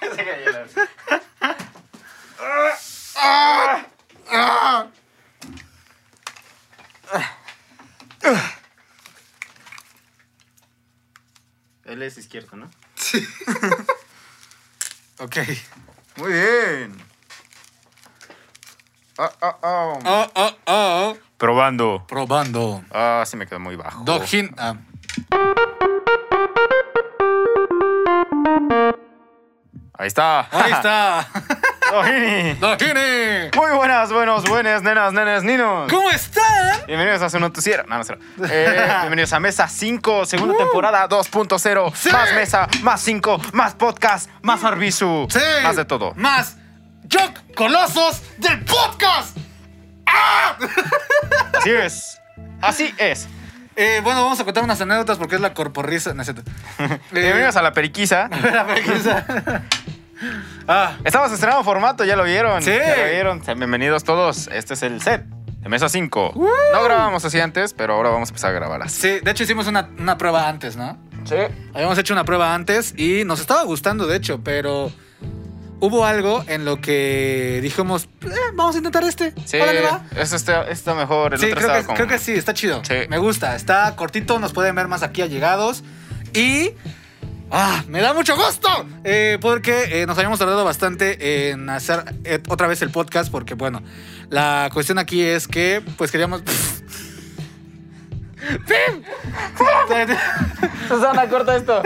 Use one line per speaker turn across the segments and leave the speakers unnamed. verga, ya la- Ah. Él es izquierdo, ¿no?
Ok. Muy bien. Ah, ah, ah.
Oh, oh, oh.
Probando.
Probando.
Ah, sí me quedó muy bajo.
Dojin. ah.
Ahí está.
Ahí está.
Dojini.
Dojini.
Muy buenas, buenos, buenas, nenas, nenes, ninos.
¿Cómo están?
Bienvenidos a su noticiero. No, no, será. Eh, bienvenidos a Mesa 5, segunda temporada 2.0.
Uh. Sí.
Más mesa, más 5, más podcast, más Arbisu.
Sí.
Más de todo.
Más. Jock Colosos del podcast.
Así es. Así es.
Eh, bueno, vamos a contar unas anécdotas porque es la corporrisa. No es cierto. Eh,
Bienvenidos a la periquiza.
espera, espera, ¿qué es? ah,
Estamos estrenando formato, ya lo vieron.
Sí.
Ya lo vieron. Sean Bienvenidos todos. Este es el set de Mesa 5. No grabábamos así antes, pero ahora vamos a empezar a grabar así.
sí, de hecho hicimos una, una prueba antes, ¿no?
Sí.
Habíamos hecho una prueba antes y nos estaba gustando, de hecho, pero hubo algo en lo que dijimos, "Eh, vamos a intentar este.
Sí.
Órale, va.
Eso está, está mejor. El
Sí,
otro
creo
estaba
que,
con-
creo que sí, está chido.
Sí.
Me gusta, está cortito, nos pueden ver más aquí allegados. Y. ¡Ah! ¡Me da mucho gusto! Eh, porque eh, nos habíamos tardado bastante en hacer eh, otra vez el podcast, porque bueno, la cuestión aquí es que, pues queríamos. ¡Pim!
Susana, corta esto.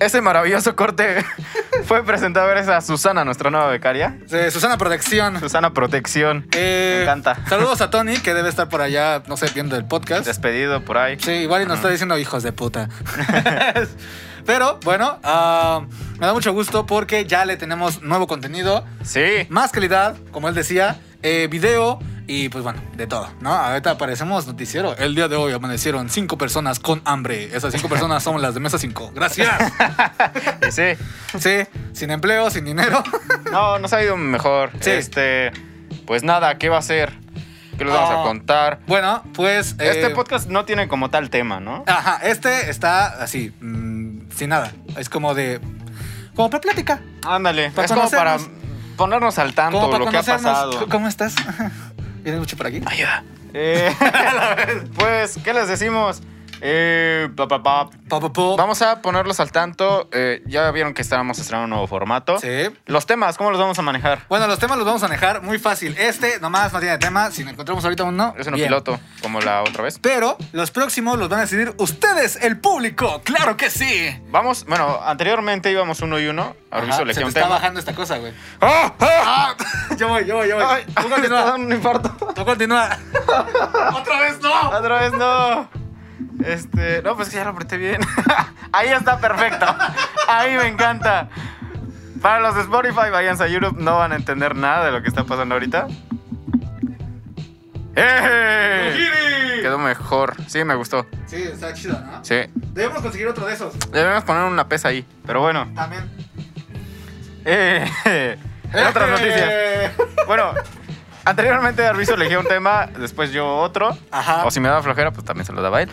Ese maravilloso corte fue presentado gracias a Susana, nuestra nueva becaria.
Eh, Susana Protección.
Susana Protección.
Eh,
Me encanta.
Saludos a Tony, que debe estar por allá, no sé, viendo el podcast.
Despedido por ahí.
Sí, igual y nos está diciendo hijos de puta. Pero bueno, ah, me da mucho gusto porque ya le tenemos nuevo contenido,
Sí.
más calidad, como él decía, eh, video y pues bueno, de todo, ¿no? Ahorita aparecemos noticiero. El día de hoy amanecieron cinco personas con hambre. Esas cinco personas son las de Mesa 5. Gracias.
Y sí.
Sí, sin empleo, sin dinero.
No, nos ha ido mejor.
Sí.
Este. Pues nada, ¿qué va a ser? ¿Qué les vamos
Ah.
a contar?
Bueno, pues... eh,
Este podcast no tiene como tal tema, ¿no?
Ajá, este está así, mm, sin nada. Es como de... Como para plática.
Ándale,
Para
es como para
conocernos.
ponernos al tanto
Como para
lo que ha
conocernos.
pasado.
¿Cómo estás? ¿Vienes mucho por aquí?
Ayuda. Eh, pues, ¿qué les decimos? Eh, pa, pa, pa.
Pa, pa, pa.
Vamos a ponerlos al tanto. Eh, ya vieron que estábamos estrenando un nuevo formato.
Sí.
Los temas, ¿cómo los vamos a manejar?
Bueno, los temas los vamos a manejar muy fácil. Este nomás no tiene tema. Si encontramos ahorita uno,
Es un
bien.
piloto, como la otra vez.
Pero los próximos los van a decidir ustedes, el público. ¡Claro que sí!
Vamos, bueno, anteriormente íbamos uno y uno. Ahora
Ajá,
hizo
se te
elegí un
está
tema.
bajando esta cosa, güey.
¡Ah! ¡Ah!
Yo voy, yo voy, yo voy.
¡Ay!
Tú
me está
continúa.
dando un infarto.
Tú continúa. ¡Otra vez no!
Otra vez no. Este, no, pues que ya lo apreté bien. Ahí está perfecto. Ahí me encanta. Para los de Spotify, vayan a YouTube, no van a entender nada de lo que está pasando ahorita. ¡Eh! Quedó mejor. Sí, me gustó.
Sí, está chido, ¿no?
Sí.
Debemos conseguir otro de esos.
Debemos poner una pesa ahí. Pero bueno.
También.
Eh, en otras noticias.
Eh.
Bueno, anteriormente Arviso elegía un tema, después yo otro.
Ajá.
O si me daba flojera, pues también se lo daba a él.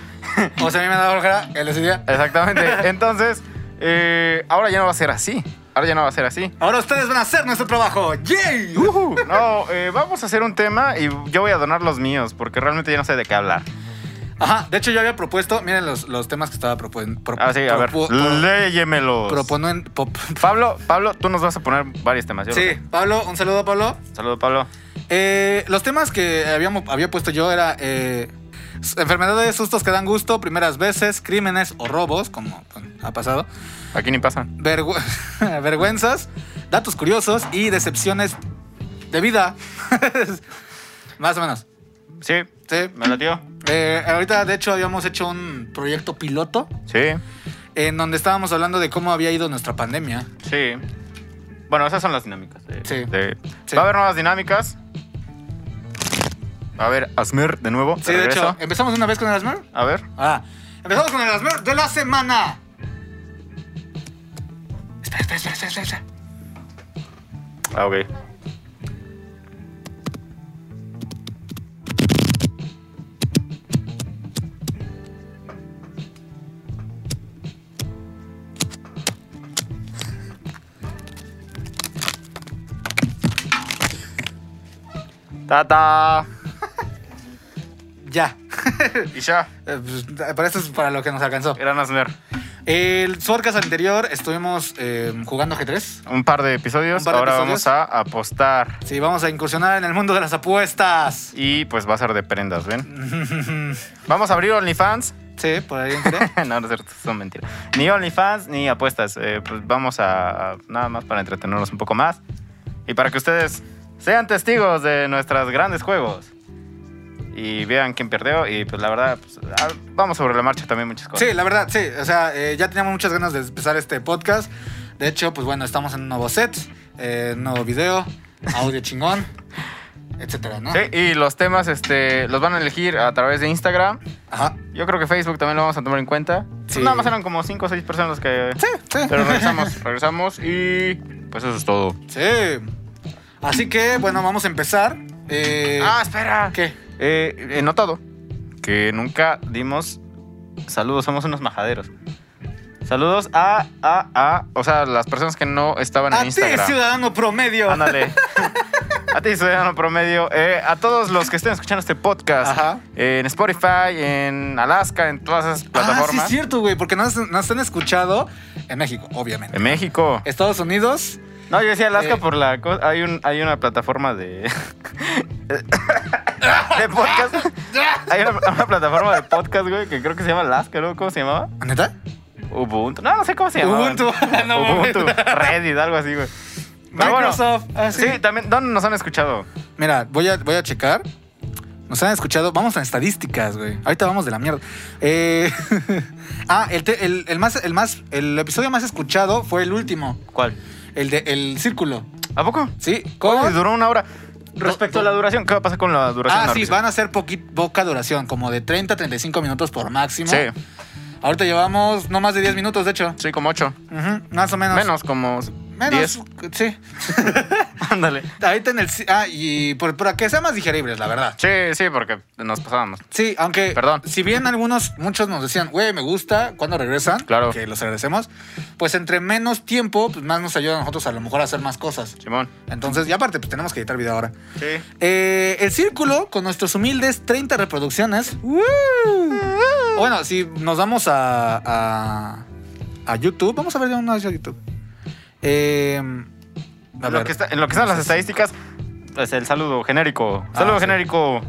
O sea, a mí me da flojera el decidía.
Exactamente. Entonces, eh, ahora ya no va a ser así. Ahora ya no va a ser así.
Ahora ustedes van a hacer nuestro trabajo. ¡Yay!
Ujú. No, eh, vamos a hacer un tema y yo voy a donar los míos porque realmente ya no sé de qué hablar.
Ajá, de hecho yo había propuesto, miren los, los temas que estaba proponiendo.
Ah, sí, a ver. Léyemelos.
proponen, pop-
Pablo, Pablo, tú nos vas a poner varios temas. yo
sí,
creo.
Pablo, un saludo Pablo.
Saludo, Pablo.
Eh, los temas que habíamos, había puesto yo era eh, s- enfermedades, sustos que dan gusto, primeras veces, crímenes o robos, como bueno, ha pasado,
Aquí ni pasan.
vergü- vergüenzas, datos curiosos y decepciones de vida. Más o menos.
Sí,
Sí.
me latió.
Eh, ahorita, de hecho, habíamos hecho un proyecto piloto
Sí,
en donde estábamos hablando de cómo había ido nuestra pandemia.
sí. Bueno, esas son las dinámicas. de-
Sí.
de-
Sí.
Va a haber nuevas dinámicas. A ver, Asmer de nuevo.
Sí, de
regreso.
hecho, empezamos una vez con el Asmer.
A ver.
Ah, empezamos con el Asmer de la semana. Espera, espera, espera, espera, espera, espera.
Ah, ok. Tata.
Ya.
Y ya.
Eh, pues, Para esto es para lo que nos alcanzó.
Gran Asner.
El podcast anterior estuvimos eh, jugando G3.
Un par de episodios.
Un par de
Ahora
episodios.
vamos a apostar.
Sí, vamos a incursionar en el mundo de las apuestas.
Y pues va a ser de prendas, ¿ven? Vamos a abrir OnlyFans.
Sí, por ahí entré.
no, no es cierto, son mentiras. Ni OnlyFans ni apuestas. Eh, pues vamos a, a- nada más para entretenernos un poco más y para que ustedes sean testigos de nuestros grandes juegos y vean quién perdió y pues la verdad pues, ah, vamos sobre la marcha también muchas cosas.
Sí, la verdad, sí. O sea, eh, ya teníamos muchas ganas de empezar este podcast. De hecho, pues bueno, estamos en un nuevo set, eh, nuevo video, audio chingón, etcétera, ¿no?
Sí, y los temas este los van a elegir a través de Instagram.
Ajá.
Yo creo que Facebook también lo vamos a tomar en cuenta.
Sí.
Nada más eran como 5 o 6 personas que
Sí, sí.
pero regresamos, regresamos y pues eso es todo.
Sí. Así que, bueno, vamos a empezar. Eh,
Ah, espera.
¿Qué?
Eh, he notado que nunca dimos saludos, somos unos majaderos. Saludos a, a, a, o sea, las personas que no estaban
A
en
ti,
Instagram.
ciudadano promedio.
Ándale. A ti, ciudadano promedio. Eh, a todos los que estén escuchando este podcast.
Ajá.
eh, en Spotify, en Alaska, en todas esas
Ah, sí,
plataformas.
es cierto, güey, porque nos, nos han escuchado en México, obviamente.
en México.
Estados Unidos.
No, yo decía Alaska
Eh.
por la co- hay un hay una plataforma de de podcast. Hay una, una plataforma de podcast, güey, que creo que se llama Alaska, ¿no? ¿Cómo se llamaba?
¿Neta?
Ubuntu. No, no sé cómo se llamaba.
Ubuntu. No mames.
Ubuntu, Reddit, algo así, güey. Pero bueno,
Microsoft. ah, sí.
sí, también. ¿Dónde nos han escuchado?
Mira, voy a, voy a checar. Nos han escuchado. Vamos a estadísticas, güey. Ahorita vamos de la mierda. Eh, ah, el, te- el- el más, el más, el episodio más escuchado fue el último.
¿Cuál?
El de El Círculo.
¿A poco?
Sí,
Oye,
con.
duró una hora. Respecto a la duración, ¿qué va a pasar con la duración?
Ah, sí,
Mauricio?
van a ser poqui- poca duración, como de 30 a 35 minutos por máximo.
Sí,
Ahorita llevamos no más de 10 minutos, de hecho.
sí, como ocho.
Ujú, más o menos.
Menos, como
Menos.
diez.
Sí.
Ándale.
Ahorita en el. ci- Ah, y por, para que sea más digeribles, la verdad.
Sí, sí, porque nos pasábamos.
Sí, aunque.
Perdón.
Si bien algunos, muchos nos decían, güey, me gusta, cuando regresan,
Claro.
que los agradecemos, pues entre menos tiempo, pues más nos ayuda a nosotros a lo mejor a hacer más cosas.
Simón.
Entonces, y aparte, pues tenemos que editar video ahora.
Sí.
Eh, el círculo, con nuestros humildes 30 reproducciones. ¡Woo! Bueno, si nos vamos a, a, a YouTube, vamos a ver de una vez a YouTube. Eh, a
En lo,
ver.
que está- en lo que están las estadísticas, es el saludo genérico.
Ah,
Saludo
sí.
genérico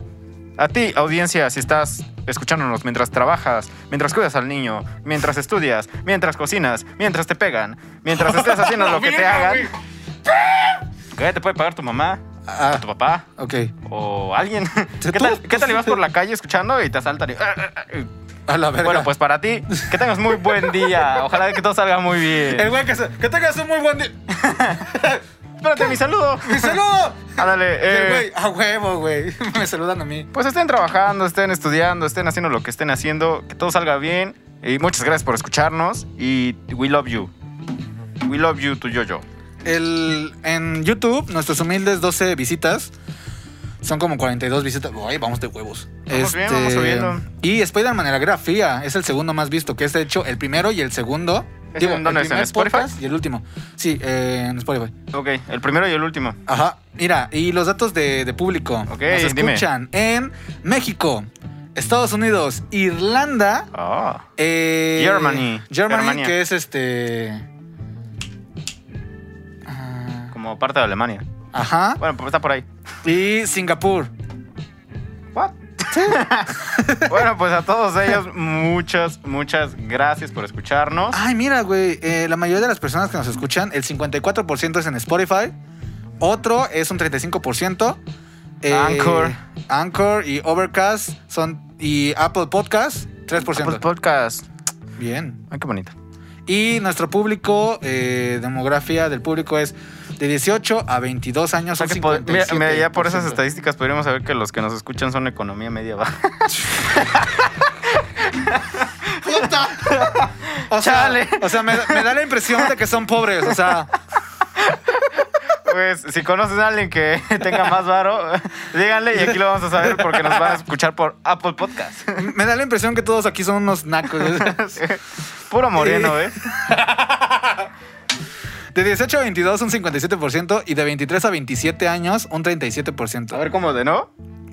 a ti, audiencia, si estás escuchándonos mientras trabajas, mientras cuidas al niño, mientras estudias, mientras cocinas, mientras te pegan, mientras estés haciendo lo que te
Mierda,
hagan.
güey.
¿Qué te puede pagar tu mamá?
Ah,
o ¿Tu papá?
ok.
¿O alguien? ¿Qué
Tú,
tal,
tú,
qué tal
sí.
ibas por la calle escuchando y te asaltan? y-
A la verga.
Bueno, pues para ti, que tengas muy buen día. Ojalá que todo salga muy
El
bien.
güey que, se- que tengas un muy buen día.
Espérate, mi saludo.
¡Mi saludo!
Ándale.
Y el
eh,
güey, a huevo, güey. Me saludan a mí.
pues estén trabajando, estén estudiando, estén haciendo lo que estén haciendo, que todo salga bien. Y muchas gracias por escucharnos y we love you. We love you to yo-yo.
El, en YouTube, nuestros humildes 12 visitas. Son como 42 visitas. Uy, vamos de huevos. Este,
Vamos bien, vamos subiendo.
Y Spider-Man en la grafía es el segundo más visto, que es de hecho el primero y el segundo.
¿Ese en dónde
el
es? ¿En
primer
Spotify?
podcast Y el último. Sí, eh, en Spotify.
Ok, el primero y el último.
Ajá. Mira, y los datos de, de público.
Ok,
Nos
dime.
escuchan en México, Estados Unidos, Irlanda,
Ah.
Eh,
Germany.
Germany,
Germania.
que es este. ah,
como parte de Alemania.
Ajá.
Bueno, pues está por ahí.
Y Singapur.
What? bueno, pues a todos ellos, muchas, muchas gracias por escucharnos.
Ay, mira, güey. eh, la mayoría de las personas que nos escuchan, el 54% es en Spotify. Otro es un 35%. eh,
Anchor.
Anchor y Overcast son. Y Apple Podcast, 3%.
Apple Podcast.
Bien.
Ay, qué bonito.
Y nuestro público, eh, demografía del público es de 18 a 22 años.
O sea que
Son
pod- mira, mira, ya por esas
57%.
estadísticas podríamos saber que los que nos escuchan son economía media baja.
puta. O sea,
Chale.
o sea me, me da la impresión de que son pobres. O sea,
Pues si conocen a alguien que tenga más varo, díganle y aquí lo vamos a saber porque nos van a escuchar por Apple Podcast.
me da la impresión que todos aquí son unos nacos.
Puro moreno, ¿eh?
De 18 a 22 un 57% y de 23 a 27 años un 37%.
A ver cómo de no.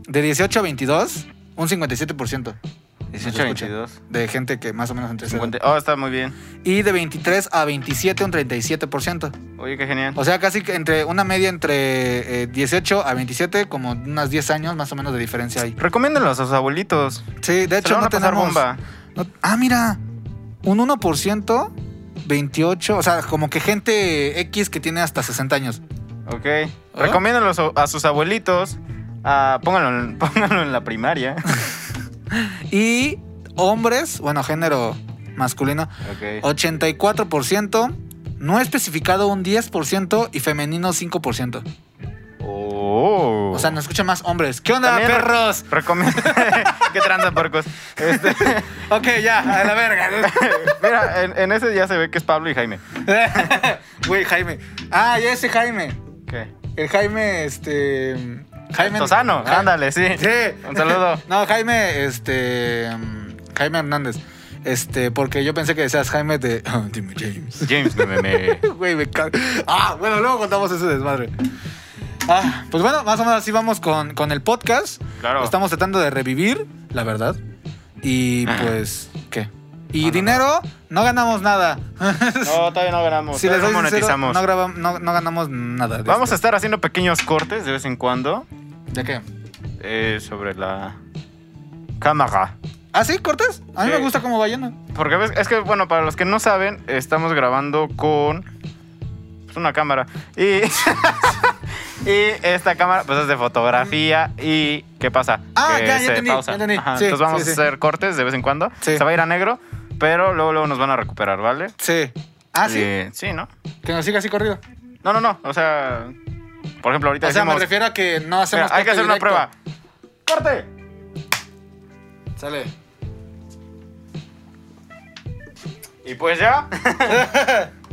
De 18 a 22 un 57%.
18
Nos
a
escucha.
22.
De gente que más o menos entre esa edad.
50. Oh, está muy bien.
Y de 23 a 27 un 37%.
Oye, qué genial.
O sea, casi que entre una media entre eh, 18 a 27, como unas 10 años más o menos de diferencia hay.
Recomiéndenlo a sus abuelitos.
Sí, de
De
hecho
van
no
a pasar
tenemos...
bomba.
no- ah, mira, un 1%, 28, o sea, como que gente X que tiene hasta 60 años.
Ok. Recomiéndenlo a su- a sus abuelitos. Ah, pónganlo, en- pónganlo en la primaria.
Y hombres, bueno, género masculino,
Ok.
84%, no especificado un 10% y femenino 5%.
Oh.
O sea, nos escuchan más hombres. ¿Qué onda,
También re-
perros?
Recomiendo. ¿Qué tranza, porcos? Este,
Ok, ya, a la verga.
mira, en, en ese ya se ve que es Pablo y Jaime.
Güey, Jaime. Ah, ya ese Jaime.
¿Qué?
El Jaime, este. Jaime.
Tosano,
Ah,
ándale, sí.
Sí.
Un saludo.
No, Jaime, este. mm, Jaime Hernández. Este, porque yo pensé que decías Jaime de. "Ah, dime, James.
James, me, me, me.
Güey, me cago. Ah, bueno, luego contamos ese desmadre. Ah, pues bueno, más o menos así vamos con, con el podcast.
Claro.
Estamos tratando de revivir, la verdad. Y pues, ¿qué? Y dinero, no, ganamos nada.
No, todavía no ganamos.
si les
todavía
doy
no
sincero,
monetizamos.
no, grabam- no, no ganamos nada. de
Vamos a estar haciendo pequeños cortes de vez en cuando
esto. ¿De qué?
eh, sobre la cámara.
¿Ah, sí? ¿Cortes? A mí
Sí.
me gusta cómo va lleno.
Porque ves- es que, bueno, para los que no saben, estamos grabando con pues, una cámara. Y, y esta cámara, pues es de fotografía. ¿Y qué pasa?
Ah,
Que
ya, ya
se
entendí,
pausa.
ya entendí.
Ajá,
Sí,
entonces vamos
sí,
a
sí.
hacer cortes de vez en cuando.
Sí.
Se va a ir a negro, pero luego, luego nos van a recuperar, ¿vale?
Sí. Ah, sí.
Eh, sí, ¿no?
Que nos siga así corrido.
No, no, no. O sea, por ejemplo, ahorita
O sea, me
decimos,
refiero a que no
"Mira,
hacemos.
hay que hacer una prueba. ¡Corte!
Sale.
Y pues ya.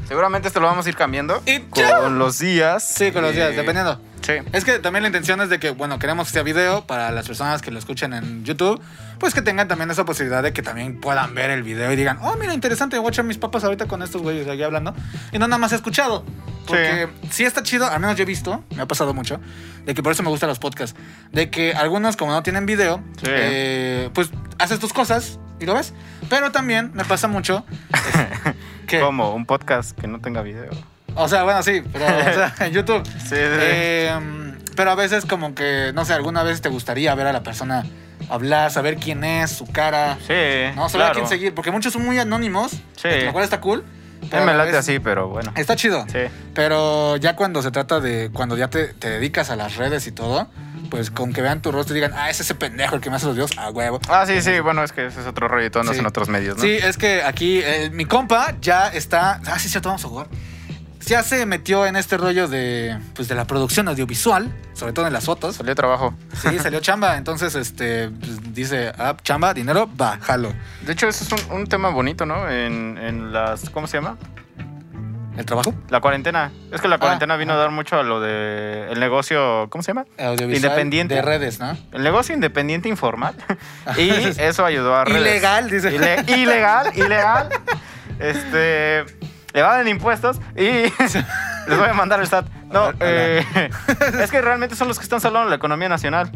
Seguramente esto lo vamos a ir cambiando.
Y
con
ya.
los días.
Sí, con los días,
Eh,
dependiendo.
Sí.
Es que también la intención es de que, bueno, queremos que sea video para las personas que lo escuchen en YouTube, pues que tengan también esa posibilidad de que también puedan ver el video y digan, oh, mira, interesante, voy a echar mis papas ahorita con estos güeyes aquí hablando. Y no nada más he escuchado. Porque sí. está chido, al menos yo he visto, me ha pasado mucho, de que por eso me gustan los podcasts, de que algunos como no tienen video,
Sí.
eh, pues haces tus cosas y lo ves. Pero también me pasa mucho que...
Como un podcast que no tenga video.
O sea, bueno, sí, pero o sea, en YouTube.
Sí, sí.
Eh, pero a veces como que, no sé, alguna vez te gustaría ver a la persona hablar, saber quién es, su cara,
Sí.
¿no? Saber a
claro.
quién seguir, porque muchos son muy anónimos,
Sí.
lo cual está cool.
A
pero Eh,
mí me
a la
late
vez-
así, pero bueno.
Está chido,
Sí.
pero ya cuando se trata de, cuando ya te, te dedicas a las redes y todo, pues con que vean tu rostro y digan, ah, es ese pendejo el que me hace los videos, a huevo.
Ah, sí, sí. Bueno, es que ese es otro rollo y todo andas
Sí.
en otros medios, ¿no?
Sí, es que aquí eh, mi compa ya está. Ah, sí, cierto, vamos a jugar. Ya se metió en este rollo de, pues, de la producción audiovisual, sobre todo en las fotos.
Salió trabajo.
Sí, salió chamba. Entonces, este, pues, dice, ah, chamba, dinero, bájalo.
De hecho, eso es un, un tema bonito, ¿no? En, en las. ¿Cómo se llama?
¿El trabajo?
La cuarentena. Es que la
Ah,
cuarentena vino a
ah.
dar mucho a lo de. El negocio. ¿Cómo se llama?
Audiovisual.
Independiente.
De redes, ¿no?
El negocio independiente informal. y eso ayudó a redes.
Ilegal, dice.
Ile- ilegal, ilegal. Este. Le van impuestos y les voy a mandar el SAT. No,
Hola.
eh, es que realmente son los que están salvando la economía nacional.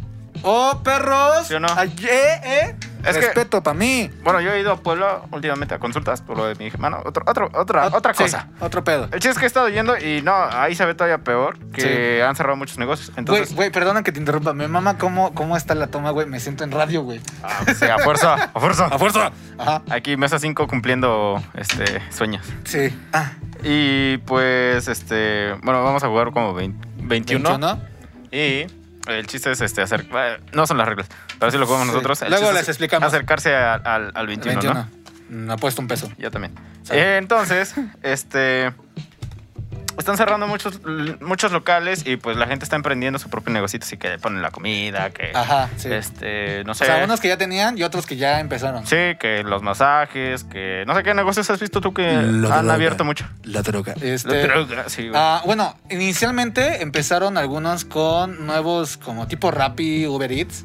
¡Oh, perros!
¿Sí o no?
Ay, eh, eh.
Es que-
Respeto para mí.
Bueno, yo he ido a Puebla últimamente a consultas por lo de mi hermano. Otro, otro, otra,
Ot-
otra
sí,
cosa.
otro pedo.
El chiste es que he estado yendo y no, ahí se ve todavía peor que han cerrado muchos negocios.
Güey,
Entonces,
güey, perdona que te interrumpa. Me mama cómo, cómo está la toma, güey. Me siento en radio, güey.
ah, pues sí, a fuerza, a fuerza.
¡A fuerza! Ajá.
Aquí mesa 5 cumpliendo este, sueños.
Sí. Ah,
Y pues, este, bueno, vamos a jugar como 20 21.
21.
Y el chiste es este, hacer, eh, no son las reglas, pero sí lo jugamos
Sí.
nosotros. El
Luego
chiste
les
es
explicamos.
Acercarse a- al, al 21,
21.
¿no?
Mm, Apuesto un peso.
Yo también.
Sale.
Eh, entonces, este, están cerrando muchos, muchos locales y pues la gente está emprendiendo su propio negocito, así que le ponen la comida, que,
Ajá, sí.
este, no sé.
O sea, unos que ya tenían y otros que ya empezaron.
Sí, que los masajes, que no sé qué negocios has visto tú que
Lo
han
droga.
abierto mucho.
La droga.
La
Este,
droga, sí, güey.
ah, bueno, inicialmente empezaron algunos con nuevos como tipo Rappi, Uber Eats.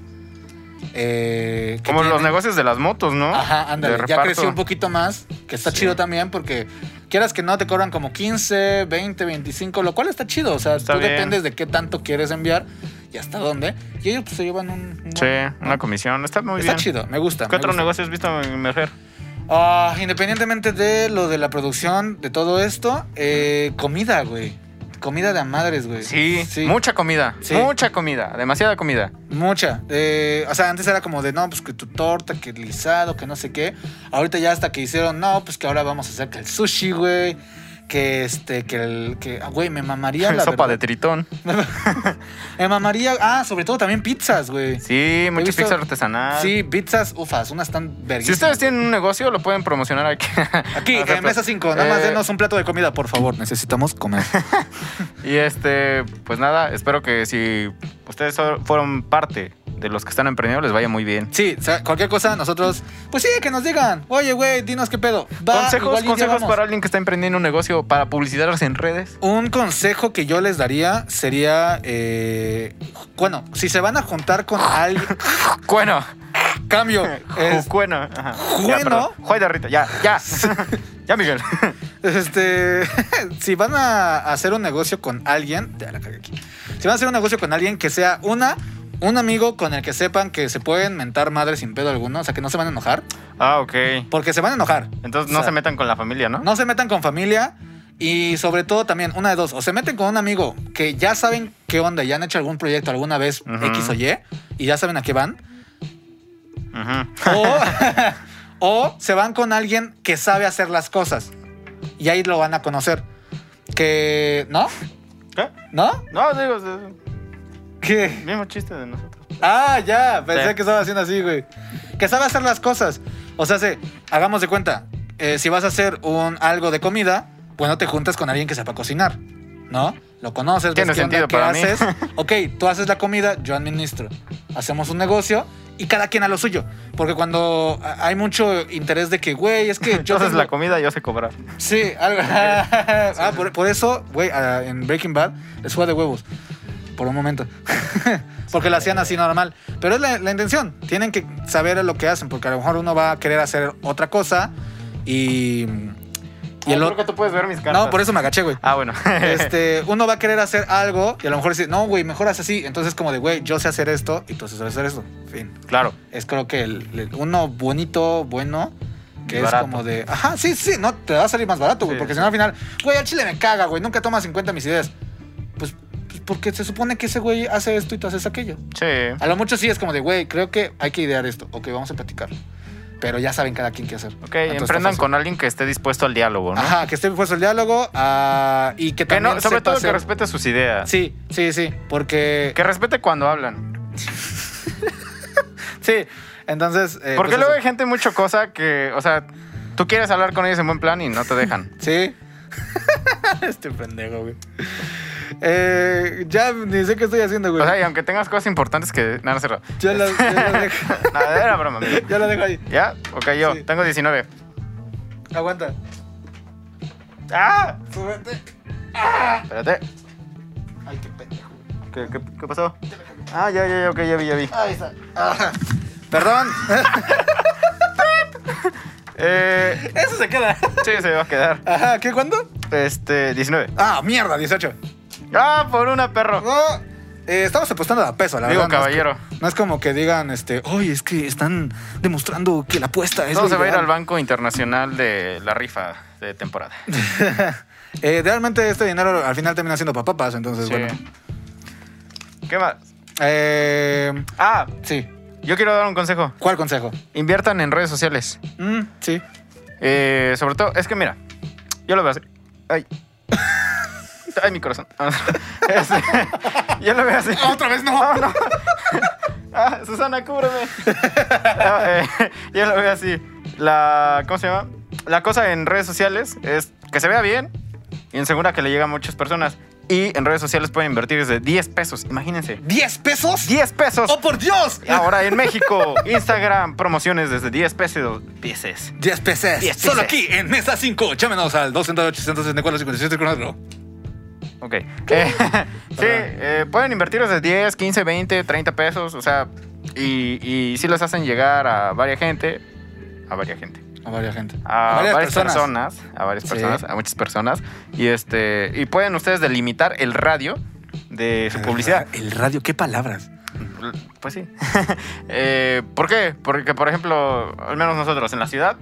eh, que
Como los
tienen-
negocios de las motos, ¿no?
Ajá, ándale.
De
Ya
reparto.
creció un poquito más, que está
Sí.
chido también porque Quieras que no, te cobran como 15, 20, 25, lo cual está chido. O sea,
Está
tú
bien.
dependes de qué tanto quieres enviar y hasta dónde. Y ellos pues, se llevan un. un
Sí,
buen-
una comisión. Está muy
está
bien.
chido, me gusta.
¿Qué
me
otros
gusta.
negocios has visto emerger?
Ah, independientemente de lo de la producción, de todo esto, eh, comida, güey. Comida de a madres, güey.
Sí, mucha comida.
Sí.
Mucha comida. Demasiada comida.
Mucha. Eh, o sea, antes era como de, no, pues que tu torta, que el guisado, que no sé qué. Ahorita ya hasta que hicieron, no, pues que ahora vamos a hacer que el sushi, güey. Que este, que el, que, ah, güey, me mamaría la
Sopa de
verdad.
tritón.
Me mamaría, ah, sobre todo también pizzas, güey.
Sí, mucha
visto-
pizza artesanal.
Sí, pizzas, ufas, unas tan
Si
verguísimas.
ustedes tienen un negocio, lo pueden promocionar aquí.
Aquí,
No,
en
cierto.
mesa 5, nada más
Ah, Eh,
denos un plato de comida, por favor. Necesitamos comer.
Y este, pues nada, espero que si ustedes so- fueron parte de los que están emprendiendo, les vaya muy bien.
Sí, o sea, cualquier cosa, nosotros, pues sí, que nos digan. Oye, güey, dinos qué pedo. Va,
consejos
igual y ya
consejos
vamos.
para alguien que está emprendiendo un negocio para publicitarse en redes.
Un consejo que yo les daría sería, eh, bueno, si se van a juntar con alguien,
Bueno,
cambio. Es-
bueno. ajá. Ya,
Bueno.
perdón. Juay de Rita, ya, ya. ya, Miguel.
Este, si van a hacer un negocio con alguien, ya la cagué aquí. Si van a hacer un negocio con alguien que sea una, un amigo con el que sepan que se pueden mentar madre sin pedo alguno, o sea, que no se van a enojar,
Ah, ok.
porque se van a enojar.
Entonces no
O sea,
se metan con la familia, ¿no?
No se metan con familia y sobre todo también una de dos, o se meten con un amigo que ya saben qué onda, ya han hecho algún proyecto alguna vez
Ujú.
X o Y y ya saben a qué van,
Ujú.
o, o se van con alguien que sabe hacer las cosas y ahí lo van a conocer. Que no,
¿Qué?
¿no?
No, digo, es
¿Qué?
el mismo chiste de nosotros.
Ah, ya, pensé
Sí.
que estaba haciendo así, güey. Que sabe hacer las cosas. O sea, sí, hagamos de cuenta, eh, si vas a hacer un algo de comida, pues no te juntas con alguien que sepa cocinar, ¿no? Lo conoces,
Tiene
ves qué onda,
sentido
qué
para mí.
haces. Ok, tú haces la comida, yo administro. Hacemos un negocio y cada quien a lo suyo. Porque cuando a- hay mucho interés de que, güey, es que yo.
Entonces la
tengo-
comida yo sé cobrar.
Sí, algo. ah, por, por eso, güey, ah, en Breaking Bad les juega de huevos. Por un momento. porque lo hacían así normal. Pero es la, la intención. Tienen que saber lo que hacen. Porque a lo mejor uno va a querer hacer otra cosa y. Y el
Ah,
otro.
creo que tú puedes ver mis cartas.
No, por eso me agaché, güey.
Ah, bueno.
Este, uno va a querer hacer algo y a lo mejor dice, no, güey, mejor haz así. Entonces, como de, güey, yo sé hacer esto y tú sabes hacer esto. Fin.
claro.
Es creo que el, el- uno bonito, bueno, que
Y
es
barato.
como de, ajá, sí, sí, no, te va a salir más barato, güey,
Sí,
porque
sí.
si no al final, güey, al chile me caga, güey, nunca tomas en cuenta mis ideas. Pues, pues, porque se supone que ese güey hace esto y tú haces aquello.
Sí.
A lo mucho sí es como de, güey, creo que hay que idear esto, ok, vamos a platicar. Pero ya saben cada quien qué hacer.
Ok,
Entonces, está
emprendan
fácil.
con alguien que esté dispuesto al diálogo, ¿no?
Ajá, que esté dispuesto el diálogo ah, y
Que
que también
no, sobre
sepa
todo que
hacer-
respete sus ideas.
Sí, sí, sí, porque...
Que respete cuando hablan.
Sí, entonces... eh,
Porque
pues
luego
eso.
hay gente mucho cosa que, o sea, tú quieres hablar con ellos en buen plan y no te dejan.
Sí. este pendejo, güey. Eh, ya ni sé qué estoy haciendo, güey.
O sea, y aunque tengas cosas importantes que... No, no es cierto.
ya, lo, ya lo dejo,
Nada, era broma. amigo.
ya lo dejo ahí.
¿Ya? Ok, yo.
Sí.
Tengo 19.
Aguanta.
¡Ah!
Súbete.
Espérate.
Ay, qué pendejo.
¿Qué, qué, qué pasó? Ah, ya, ya, ya, ok, ya vi, ya vi.
Ahí está. Ah. Perdón.
Eh,
Eso se queda.
sí, se va a quedar.
Ajá, ¿qué cuándo?
Este, 19.
Ah, mierda, 18.
¡Ah, por una, perro!
No, eh, estamos apostando a peso, la
Digo,
verdad. no es que-
caballero.
No es, como que digan, este, oye, es que están demostrando que la apuesta es.
Todo se va a ir
legal".
al Banco Internacional de la Rifa de temporada.
Pues Eh, realmente este dinero al final termina siendo papapas, entonces,
Sí.
bueno.
¿Qué más?
Eh,
Ah,
sí.
yo quiero dar un consejo.
¿Cuál consejo?
Inviertan en redes sociales.
Mm, sí.
Eh, sobre todo, es que mira, yo lo veo así. Ay. Ay, mi corazón. Este, yo lo veo así.
Otra vez no.
Ah, Susana, cúbreme. No, eh, yo lo veo así. La, ¿Cómo se llama? La cosa en redes sociales es que se vea bien y en segura que le llega a muchas personas. Y en redes sociales pueden invertir desde 10 pesos, imagínense.
¿10 pesos?
10 pesos.
¡Oh, por Dios!
Ahora en México, Instagram, promociones desde 10 pesos. Pieces.
10 pesos.
10
Solo
pesos.
aquí en Mesa 5. Llámenos al 208-664-5744.
Ok. Eh, sí, eh, pueden invertir desde 10, 15, 20, 30 pesos. O sea, y, y sí los hacen llegar a varia gente. A varia gente.
A A varias gente.
a varias, personas. a varias
Sí.
personas, a muchas personas. Y este y pueden ustedes delimitar el radio de su publicidad.
El radio, ¿qué palabras?
Pues sí. Eh, ¿Por qué? Porque, por ejemplo, al menos nosotros en la ciudad,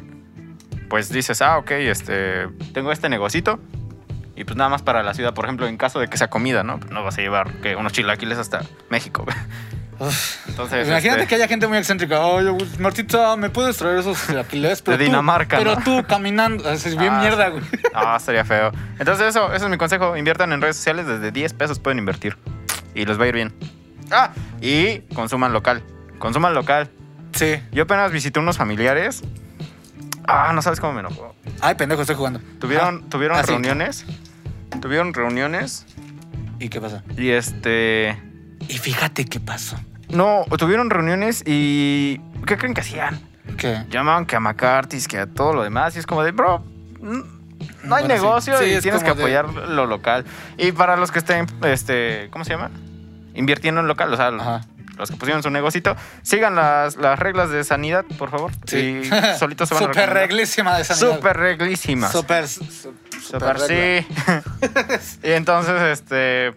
pues dices, ah, ok, este, tengo este negocito. Y pues nada más para la ciudad, por ejemplo, en caso de que sea comida, ¿no? No vas a llevar ¿qué? unos chilaquiles hasta México.
Uf.
Entonces,
Imagínate
este,
que haya gente muy excéntrica. Oye, güey, Martita, ¿me puedes traer esos chilaquiles? Pero
De
tú-
Dinamarca,
Pero
¿no?
tú caminando. Es bien
Ah.
mierda, güey.
Ah, estaría feo. Entonces, eso, eso es mi consejo. Inviertan en redes sociales. Desde 10 pesos pueden invertir. Y les va a ir bien. Ah, y consuman local. Consuman local.
Sí.
Yo apenas visité unos familiares. Ah, no sabes cómo me enojó.
Ay, pendejo, estoy jugando.
Tuvieron,
Ah,
tuvieron
ah, sí.
reuniones. Tuvieron reuniones.
Ah, ¿Y qué pasa?
Y este.
Y fíjate qué pasó.
No, tuvieron reuniones y. ¿Qué creen que hacían?
¿Qué?
Llamaban que a McCarthy's, que a todo lo demás. Y es como de, bro, n- no hay
Bueno, sí.
negocio
Sí,
y
es
tienes que
como de-
apoyar lo local. Y para los que estén, este, ¿cómo se llama? Invirtiendo en local, o sea,
Ajá.
los que pusieron su negocito, sigan las, las reglas de sanidad, por favor.
Sí.
Y solitos se van a
Súper
recomendar.
reglísima de esa
Súper reglísimas.
Súper. Súper
Super sí. y entonces, este.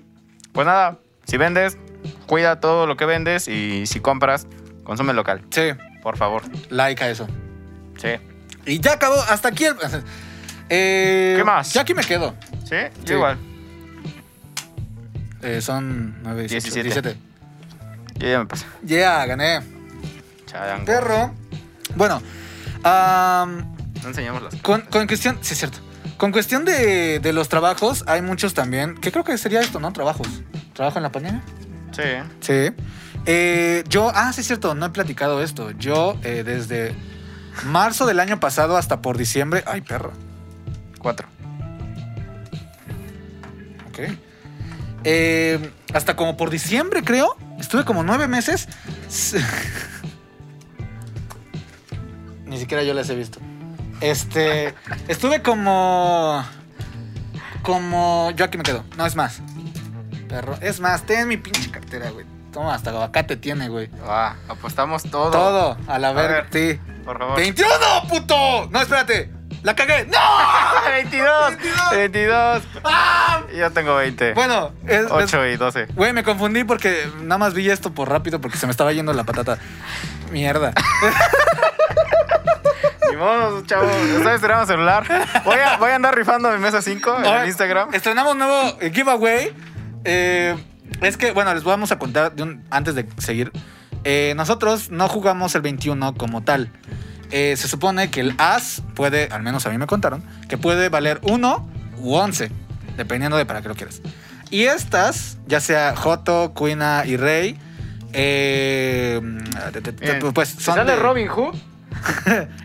Pues nada, si vendes, cuida todo lo que vendes y si compras, consume local,
Sí,
por favor.
like a eso.
Sí.
Y ya acabó. Hasta aquí el. Eh,
¿Qué más?
Ya aquí me quedo.
Sí, yo
Sí.
igual.
Eh, son 9, 17.
17. Yo ya me pasé.
Yeah, gané.
Charango.
Perro. Bueno, am,
No enseñamos las.
con, con cuestión. Sí, es cierto. Con cuestión de, de los trabajos, hay muchos también. Que creo que sería esto, ¿no? Trabajos. ¿Trabajo en la pandemia?
Sí.
Sí. Eh, yo, ah, sí es cierto, no he platicado esto. Yo eh, desde marzo del año pasado hasta por diciembre. Ay, perro.
Cuatro.
Ok. Eh, hasta como por diciembre, creo. Estuve como nueve meses. s- Ni siquiera yo las he visto. Este. Estuve como. Como. Yo aquí me quedo. No, es más. Perro. Es más, ten mi pinche cartera, güey. Toma, hasta aguacate tiene, güey.
Ah, apostamos todo.
Todo, a la
A
verga. Sí.
Por favor.
21, puto. No, espérate. La cagué. No.
¡Ah! 22. 22.
¡Ah!
Yo tengo 20.
Bueno, es, es-
8 y 12.
Güey, me confundí porque nada más vi esto por rápido porque se me estaba yendo la patata. Mierda.
Ni modo, chavos. Ustedes tiraron celular. Voy a, voy a andar rifando mi mesa 5 en
Ahora,
el Instagram.
Estrenamos nuevo eh, giveaway. Eh, es que, bueno, les vamos a contar de un- antes de seguir. Eh, nosotros no jugamos el 21 como tal. Eh, se supone que el as puede, al menos a mí me contaron, que puede valer 1 u 11, dependiendo de para qué lo quieras. Y estas, ya sea Joto, Cuina y Rey, eh,
Bien.
pues son
¿Sale
de-
Robin Hood?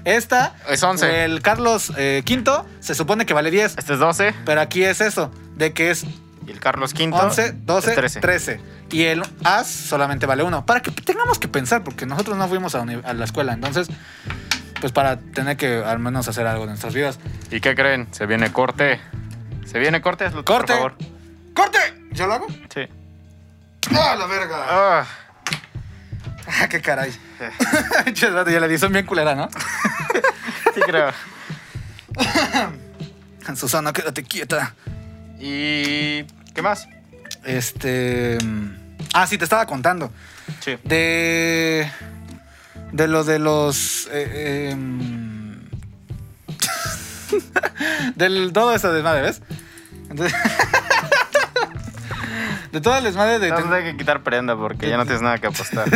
Esta,
Es 11.
el Carlos eh, V, se supone que vale 10.
Este es 12.
Pero aquí es eso, de que es
Y el Carlos Quinto.
11, 12,
es
13.
13.
Y el as solamente vale uno. Para que tengamos que pensar, porque nosotros no fuimos a, uni- a la escuela. Entonces, pues para tener que al menos hacer algo en nuestras vidas.
¿Y qué creen? Se viene corte. Se viene corte, hazlo tú,
Corte.
por favor.
¡Corte! ¿Yo lo hago?
Sí.
¡Ah, la verga!
Ah,
¡Ah, qué caray! Che, rato, ya la di, son bien culera, ¿no?
sí creo.
Susana, quédate quieta.
¿Y qué más?
Este. mm, Ah, sí, te estaba contando.
Sí.
De. De lo de los. eh, em, del todo ese desmadre, ¿ves? Entonces- de todo el desmadre de,
No te hay que quitar prenda porque ya no tienes nada que apostar.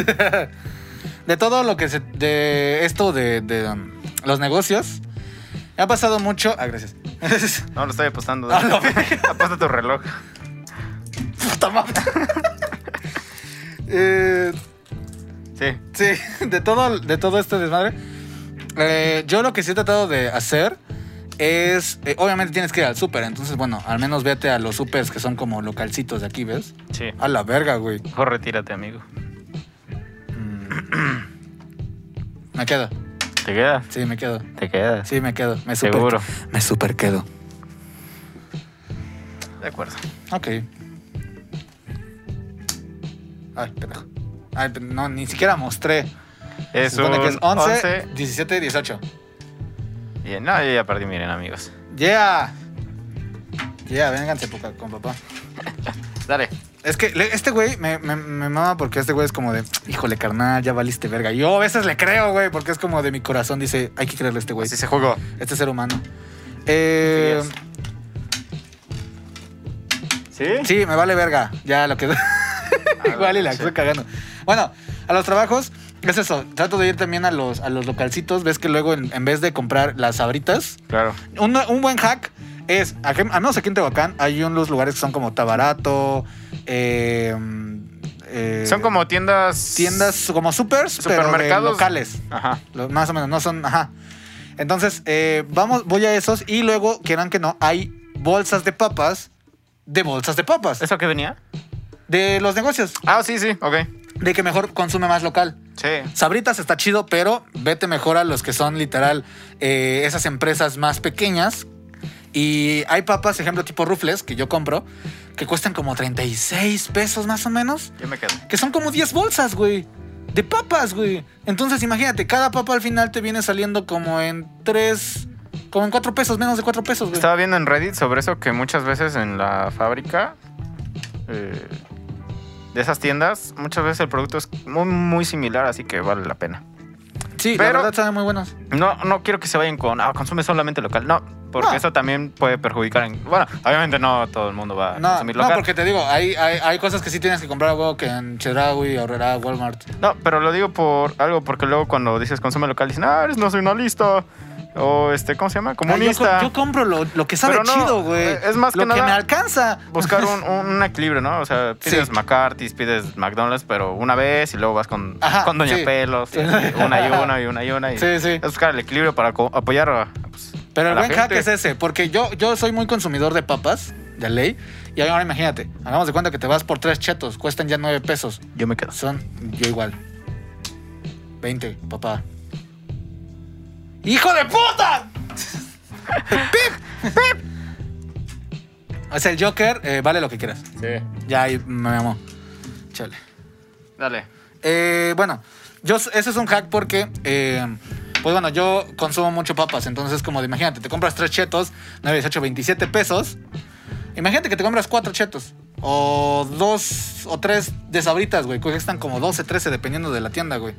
de todo lo que se. de esto de, de, um, los negocios. Ha pasado mucho. Ah, gracias.
No, lo estoy apostando.
Ah, la verga.
Aposta tu reloj.
Puta madre. Eh,
Sí.
Sí, de todo, de todo este desmadre. Eh, yo lo que sí he tratado de hacer es. eh, obviamente tienes que ir al súper, entonces, bueno, al menos vete a los supers que son como localcitos de aquí, ¿ves?
Sí.
A la verga, güey.
Mejor retírate, amigo.
Mm. Me quedo,
¿Te quedas?
sí, me quedo.
Te quedas.
Sí, me quedo. Me super,
Seguro.
Me super quedo.
De acuerdo.
Ok. Ay, pendejo. Ay, pe- no, ni siquiera mostré.
Es
Se supone
un
que es 11,
11.
17, 18.
Y- No, yo ya perdí, miren, amigos.
Yeah. Yeah, vénganse poca- con papá.
Dale.
Es que le- este güey me, me, me mama porque este güey es como de, híjole, carnal, ya valiste verga. Yo a veces le creo, güey, porque es como de mi corazón, dice, hay que creerle a este güey,
Así pues, se jugó.
este ser humano. Eh,
Sí ¿Sí?
sí, me vale verga, ya lo que... Igual y la
Ah, sí.
estoy cagando. Bueno, a los trabajos, es eso, trato de ir también a los, a los localcitos, ves que luego en, en vez de comprar las sabritas,
Claro.
un, un buen hack es, aquí- al menos aquí en Tehuacán, hay unos lugares que son como Tabarato, eh, eh,
Son como tiendas.
tiendas como supers, supermercados pero de
Supermercados.
locales.
Ajá.
Lo- Más o menos, no son. Ajá. Entonces, eh, vamos, voy a esos y luego, quieran que no, hay bolsas de papas. De bolsas de papas.
¿Eso qué venía?
De los negocios.
Ah, sí, sí, ok.
De que mejor consume más local.
Sí.
Sabritas está chido, pero vete mejor a los que son literal eh, esas empresas más pequeñas. Y hay papas, ejemplo, tipo rufles, que yo compro, que cuestan como 36 pesos más o menos.
Yo me quedo.
Que son como 10 bolsas, güey. De papas, güey. Entonces, imagínate, cada papa al final te viene saliendo como en 3, como en 4 pesos, menos de 4 pesos, güey.
Estaba viendo en Reddit sobre eso que muchas veces en la fábrica eh, de esas tiendas, muchas veces el producto es muy, muy similar, así que vale la pena.
Sí, la
pero-
verdad saben muy buenos.
No, no quiero que se vayan con, ah, consume solamente local. No, porque
No.
eso también puede perjudicar. en- bueno, obviamente no todo el mundo va a
No,
consumir
no,
pues local. No,
porque te digo, hay, hay, hay cosas que sí tienes que comprar, güey, que en Chedraui, Aurrera, Walmart.
pero lo digo por algo, porque luego cuando dices consume local, dicen, ah, eres nacionalista. O este, ¿cómo se llama? Comunista.
Ah, Yo, co- yo compro lo, lo que sabe
Pero no,
chido, güey.
eh, es más que
Lo que
nada-
me alcanza.
buscar un, un equilibrio, ¿no? O sea, pides
Sí.
McCarthy's, pides McDonald's, pero una vez y luego vas con,
Ajá,
con Doña
sí.
Pelos, y así, una y una y una y una. Y
Sí, sí.
Es buscar el equilibrio para co- apoyar a, pues,
Pero
a
el
la
buen hack
gente.
es ese, porque yo, yo soy muy consumidor de papas, de ley. Y ahora imagínate, hagamos de cuenta que te vas por tres chetos, cuestan ya nueve pesos.
Yo me quedo.
Son yo igual. 20, papá. ¡Hijo de puta! ¡Pip! ¡Pip! O sea, el Joker eh, vale lo que quieras.
Sí.
Ya ahí me amó. Chale.
Dale.
Eh, bueno, yo, ese es un hack porque, eh, pues bueno, yo consumo mucho papas. Entonces, como de, imagínate, te compras tres chetos, 9, 18, 27 pesos. Imagínate que te compras cuatro chetos. O dos o tres de sabritas, güey. Que están como 12, 13, dependiendo de la tienda, güey.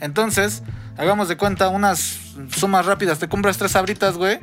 Entonces, hagamos de cuenta unas sumas rápidas. Te compras tres sabritas, güey.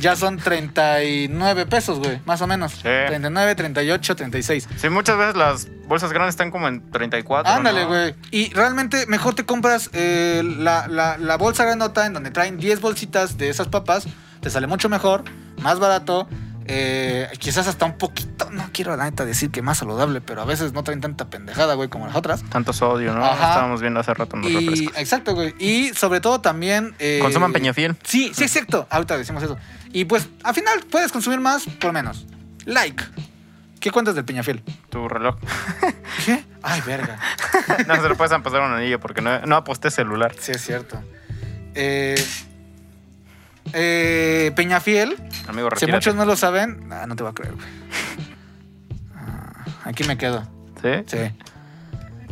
Ya son 39 pesos, güey. Más o menos. 39, 38, 36.
Sí, muchas veces las bolsas grandes están como en 34.
Ándale,
¿no?
güey. Y realmente mejor te compras eh, la, la- la bolsa grandota en donde traen 10 bolsitas de esas papas. Te sale mucho mejor, más barato. eh, quizás hasta un poquito, no quiero la neta decir que más saludable, pero a veces no traen tanta pendejada, güey, como las otras.
Tanto sodio, ¿no?
Ajá.
Estábamos viendo hace rato en los
Y,
refrescos.
exacto, güey. Y sobre todo también... eh,
Consuman Peñafiel.
Sí, sí, exacto. Ahorita decimos eso. Y pues, al final, puedes consumir más por menos. Like. ¿Qué cuentas del Peñafiel?
Tu reloj.
¿Qué? Ay, verga.
no se lo puedes pasar un anillo porque no, no aposté celular.
Sí, es cierto. Eh, eh, Peñafiel,
Amigo,
si
retírate.
muchos no lo saben, ah, no te voy a creer, güey. Ah, Aquí me quedo,
¿Sí?
sí.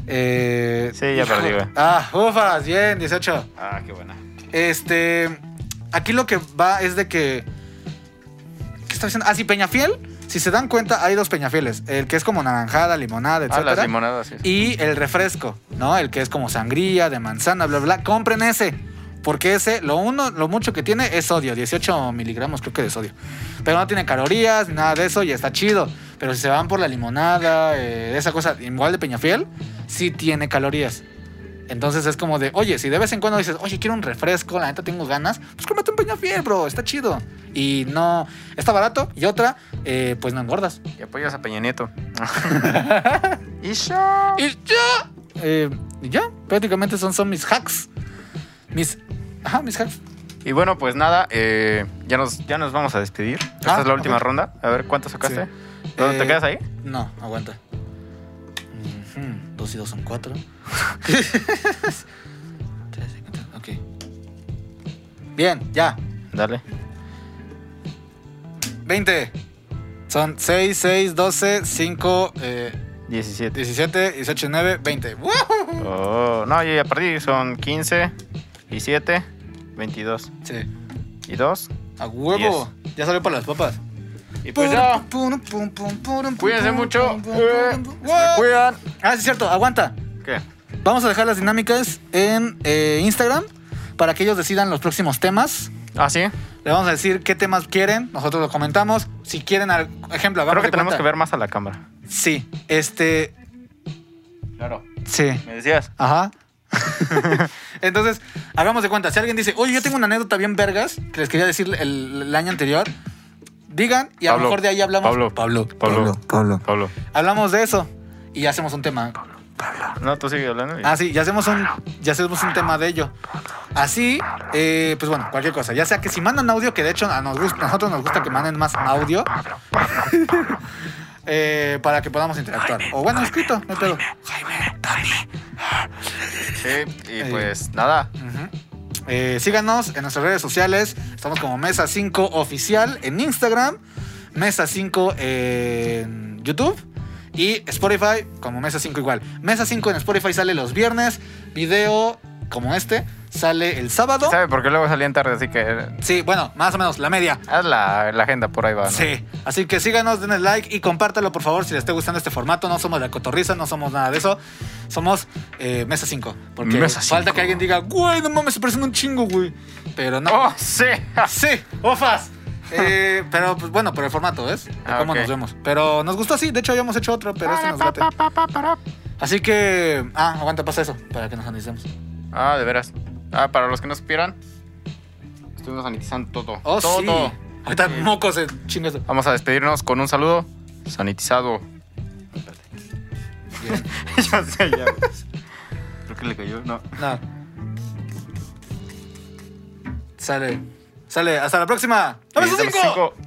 Eh,
Sí, ya
hijo-
perdí, güey.
Ah, ufas, bien, 18.
Ah, qué buena.
Este. Aquí lo que va es de que. ¿Qué está diciendo? Ah, sí, Peñafiel. Si se dan cuenta, hay dos Peñafieles. El que es como naranjada, limonada,
Ah,
etcétera.
las limonadas, sí.
Y el refresco, ¿no? El que es como sangría, de manzana, bla, bla. Compren ese. Porque ese, lo uno, lo mucho que tiene es sodio, 18 miligramos creo que de sodio. Pero no tiene calorías, ni nada de eso y está chido. Pero si se van por la limonada, eh, esa cosa, igual de Peñafiel, sí tiene calorías. Entonces es como de, oye, si de vez en cuando dices, oye, quiero un refresco, la neta tengo ganas, pues cómprate un Peñafiel, bro, está chido. Y no, está barato. Y otra, eh, pues no engordas.
Y apoyas a Peña Nieto. y
Y ya. Eh, y ya, prácticamente son, son mis hacks. Mis. Ajá, mis hacks.
Y bueno, pues nada, eh, ya, nos, ya nos vamos a despedir. Esta
Ah,
es la última
ok.
ronda. A ver, ¿cuánto sacaste?
Sí.
¿Dónde
Eh,
¿Te quedas ahí?
No, aguanta. Ujú, Dos y dos son cuatro. Tres y cuatro, ok. Bien, ya.
Dale.
20. Son 6, 6, 12, 5,
17.
17, 18, 9, 20. ¡Woo!
Oh, no, yo ya perdí. Son 15 y 7, 22.
Sí.
Y y dos.
A huevo. Ya salió para las papas.
Y pues ya.
Pum, pum, pum, pum,
Cuídense
pum,
mucho.
pum, pum,
Eh,
pum, pum.
se cuidan.
Ah, sí, es cierto. Aguanta.
¿Qué?
Vamos a dejar las dinámicas en eh, Instagram para que ellos decidan los próximos temas.
¿Ah, sí?
Le vamos a decir qué temas quieren. Nosotros lo comentamos. Si quieren, al-
Creo
ejemplo, hagamos
que
de
tenemos
cuenta.
que ver más a la cámara.
Sí. Este.
Claro.
Sí.
Me decías.
Ajá. Entonces, hagamos de cuenta. Si alguien dice, oye, yo tengo una anécdota bien vergas que les quería decir el, el año anterior, digan y a lo
Pablo,
mejor de ahí hablamos.
Pablo,
Pablo,
Pablo,
Pablo.
Pablo.
Hablamos de eso y hacemos un tema.
No, tú sigue hablando. y-
Ah, sí, ya hacemos un, ya hacemos un tema de ello. Así, eh, pues bueno, cualquier cosa. Ya sea que si mandan audio, que de hecho a nos gusta- nosotros nos gusta que manden más audio. eh, para que podamos interactuar. O bueno, escrito, no hay pedo.
Sí, y pues nada.
Ujú. Eh, síganos en nuestras redes sociales. Estamos como Mesa 5 Oficial en Instagram, Mesa 5 en YouTube y Spotify como Mesa 5 igual. Mesa 5 en Spotify sale los viernes, video como este sale el sábado.
¿Sabe por qué luego salían tarde? Así que eh,
Sí, bueno, más o menos la media.
haz la, la agenda por ahí va. ¿no?
Sí, así que síganos, denle like y compártelo por favor si les esté gustando este formato. No somos la cotorriza, no somos nada de eso. Somos eh, Mesa 5. Porque
Mesa
falta
5.
que alguien diga, güey, no mames, se parecen un chingo, güey. Pero no.
¡Oh, sí!
Sí, ofas. Eh, pero pues bueno, por el formato, ¿ves? De
Ah,
cómo
ok.
nos vemos. Pero nos gustó así, de hecho habíamos hecho otro, pero este nos late. Así que, ah, aguanta, pasa eso, para que nos analicemos.
Ah, de veras. Ah, para los que no supieran, estuvimos sanitizando todo.
Oh,
todo.
sí. Ahorita mocos, eh, chingo eso.
Vamos a despedirnos con un saludo sanitizado.
Bien.
ya sé, ya. Creo que le cayó. No.
No. Sale. Sale, hasta la próxima. ¡Nos vemos
Cinco.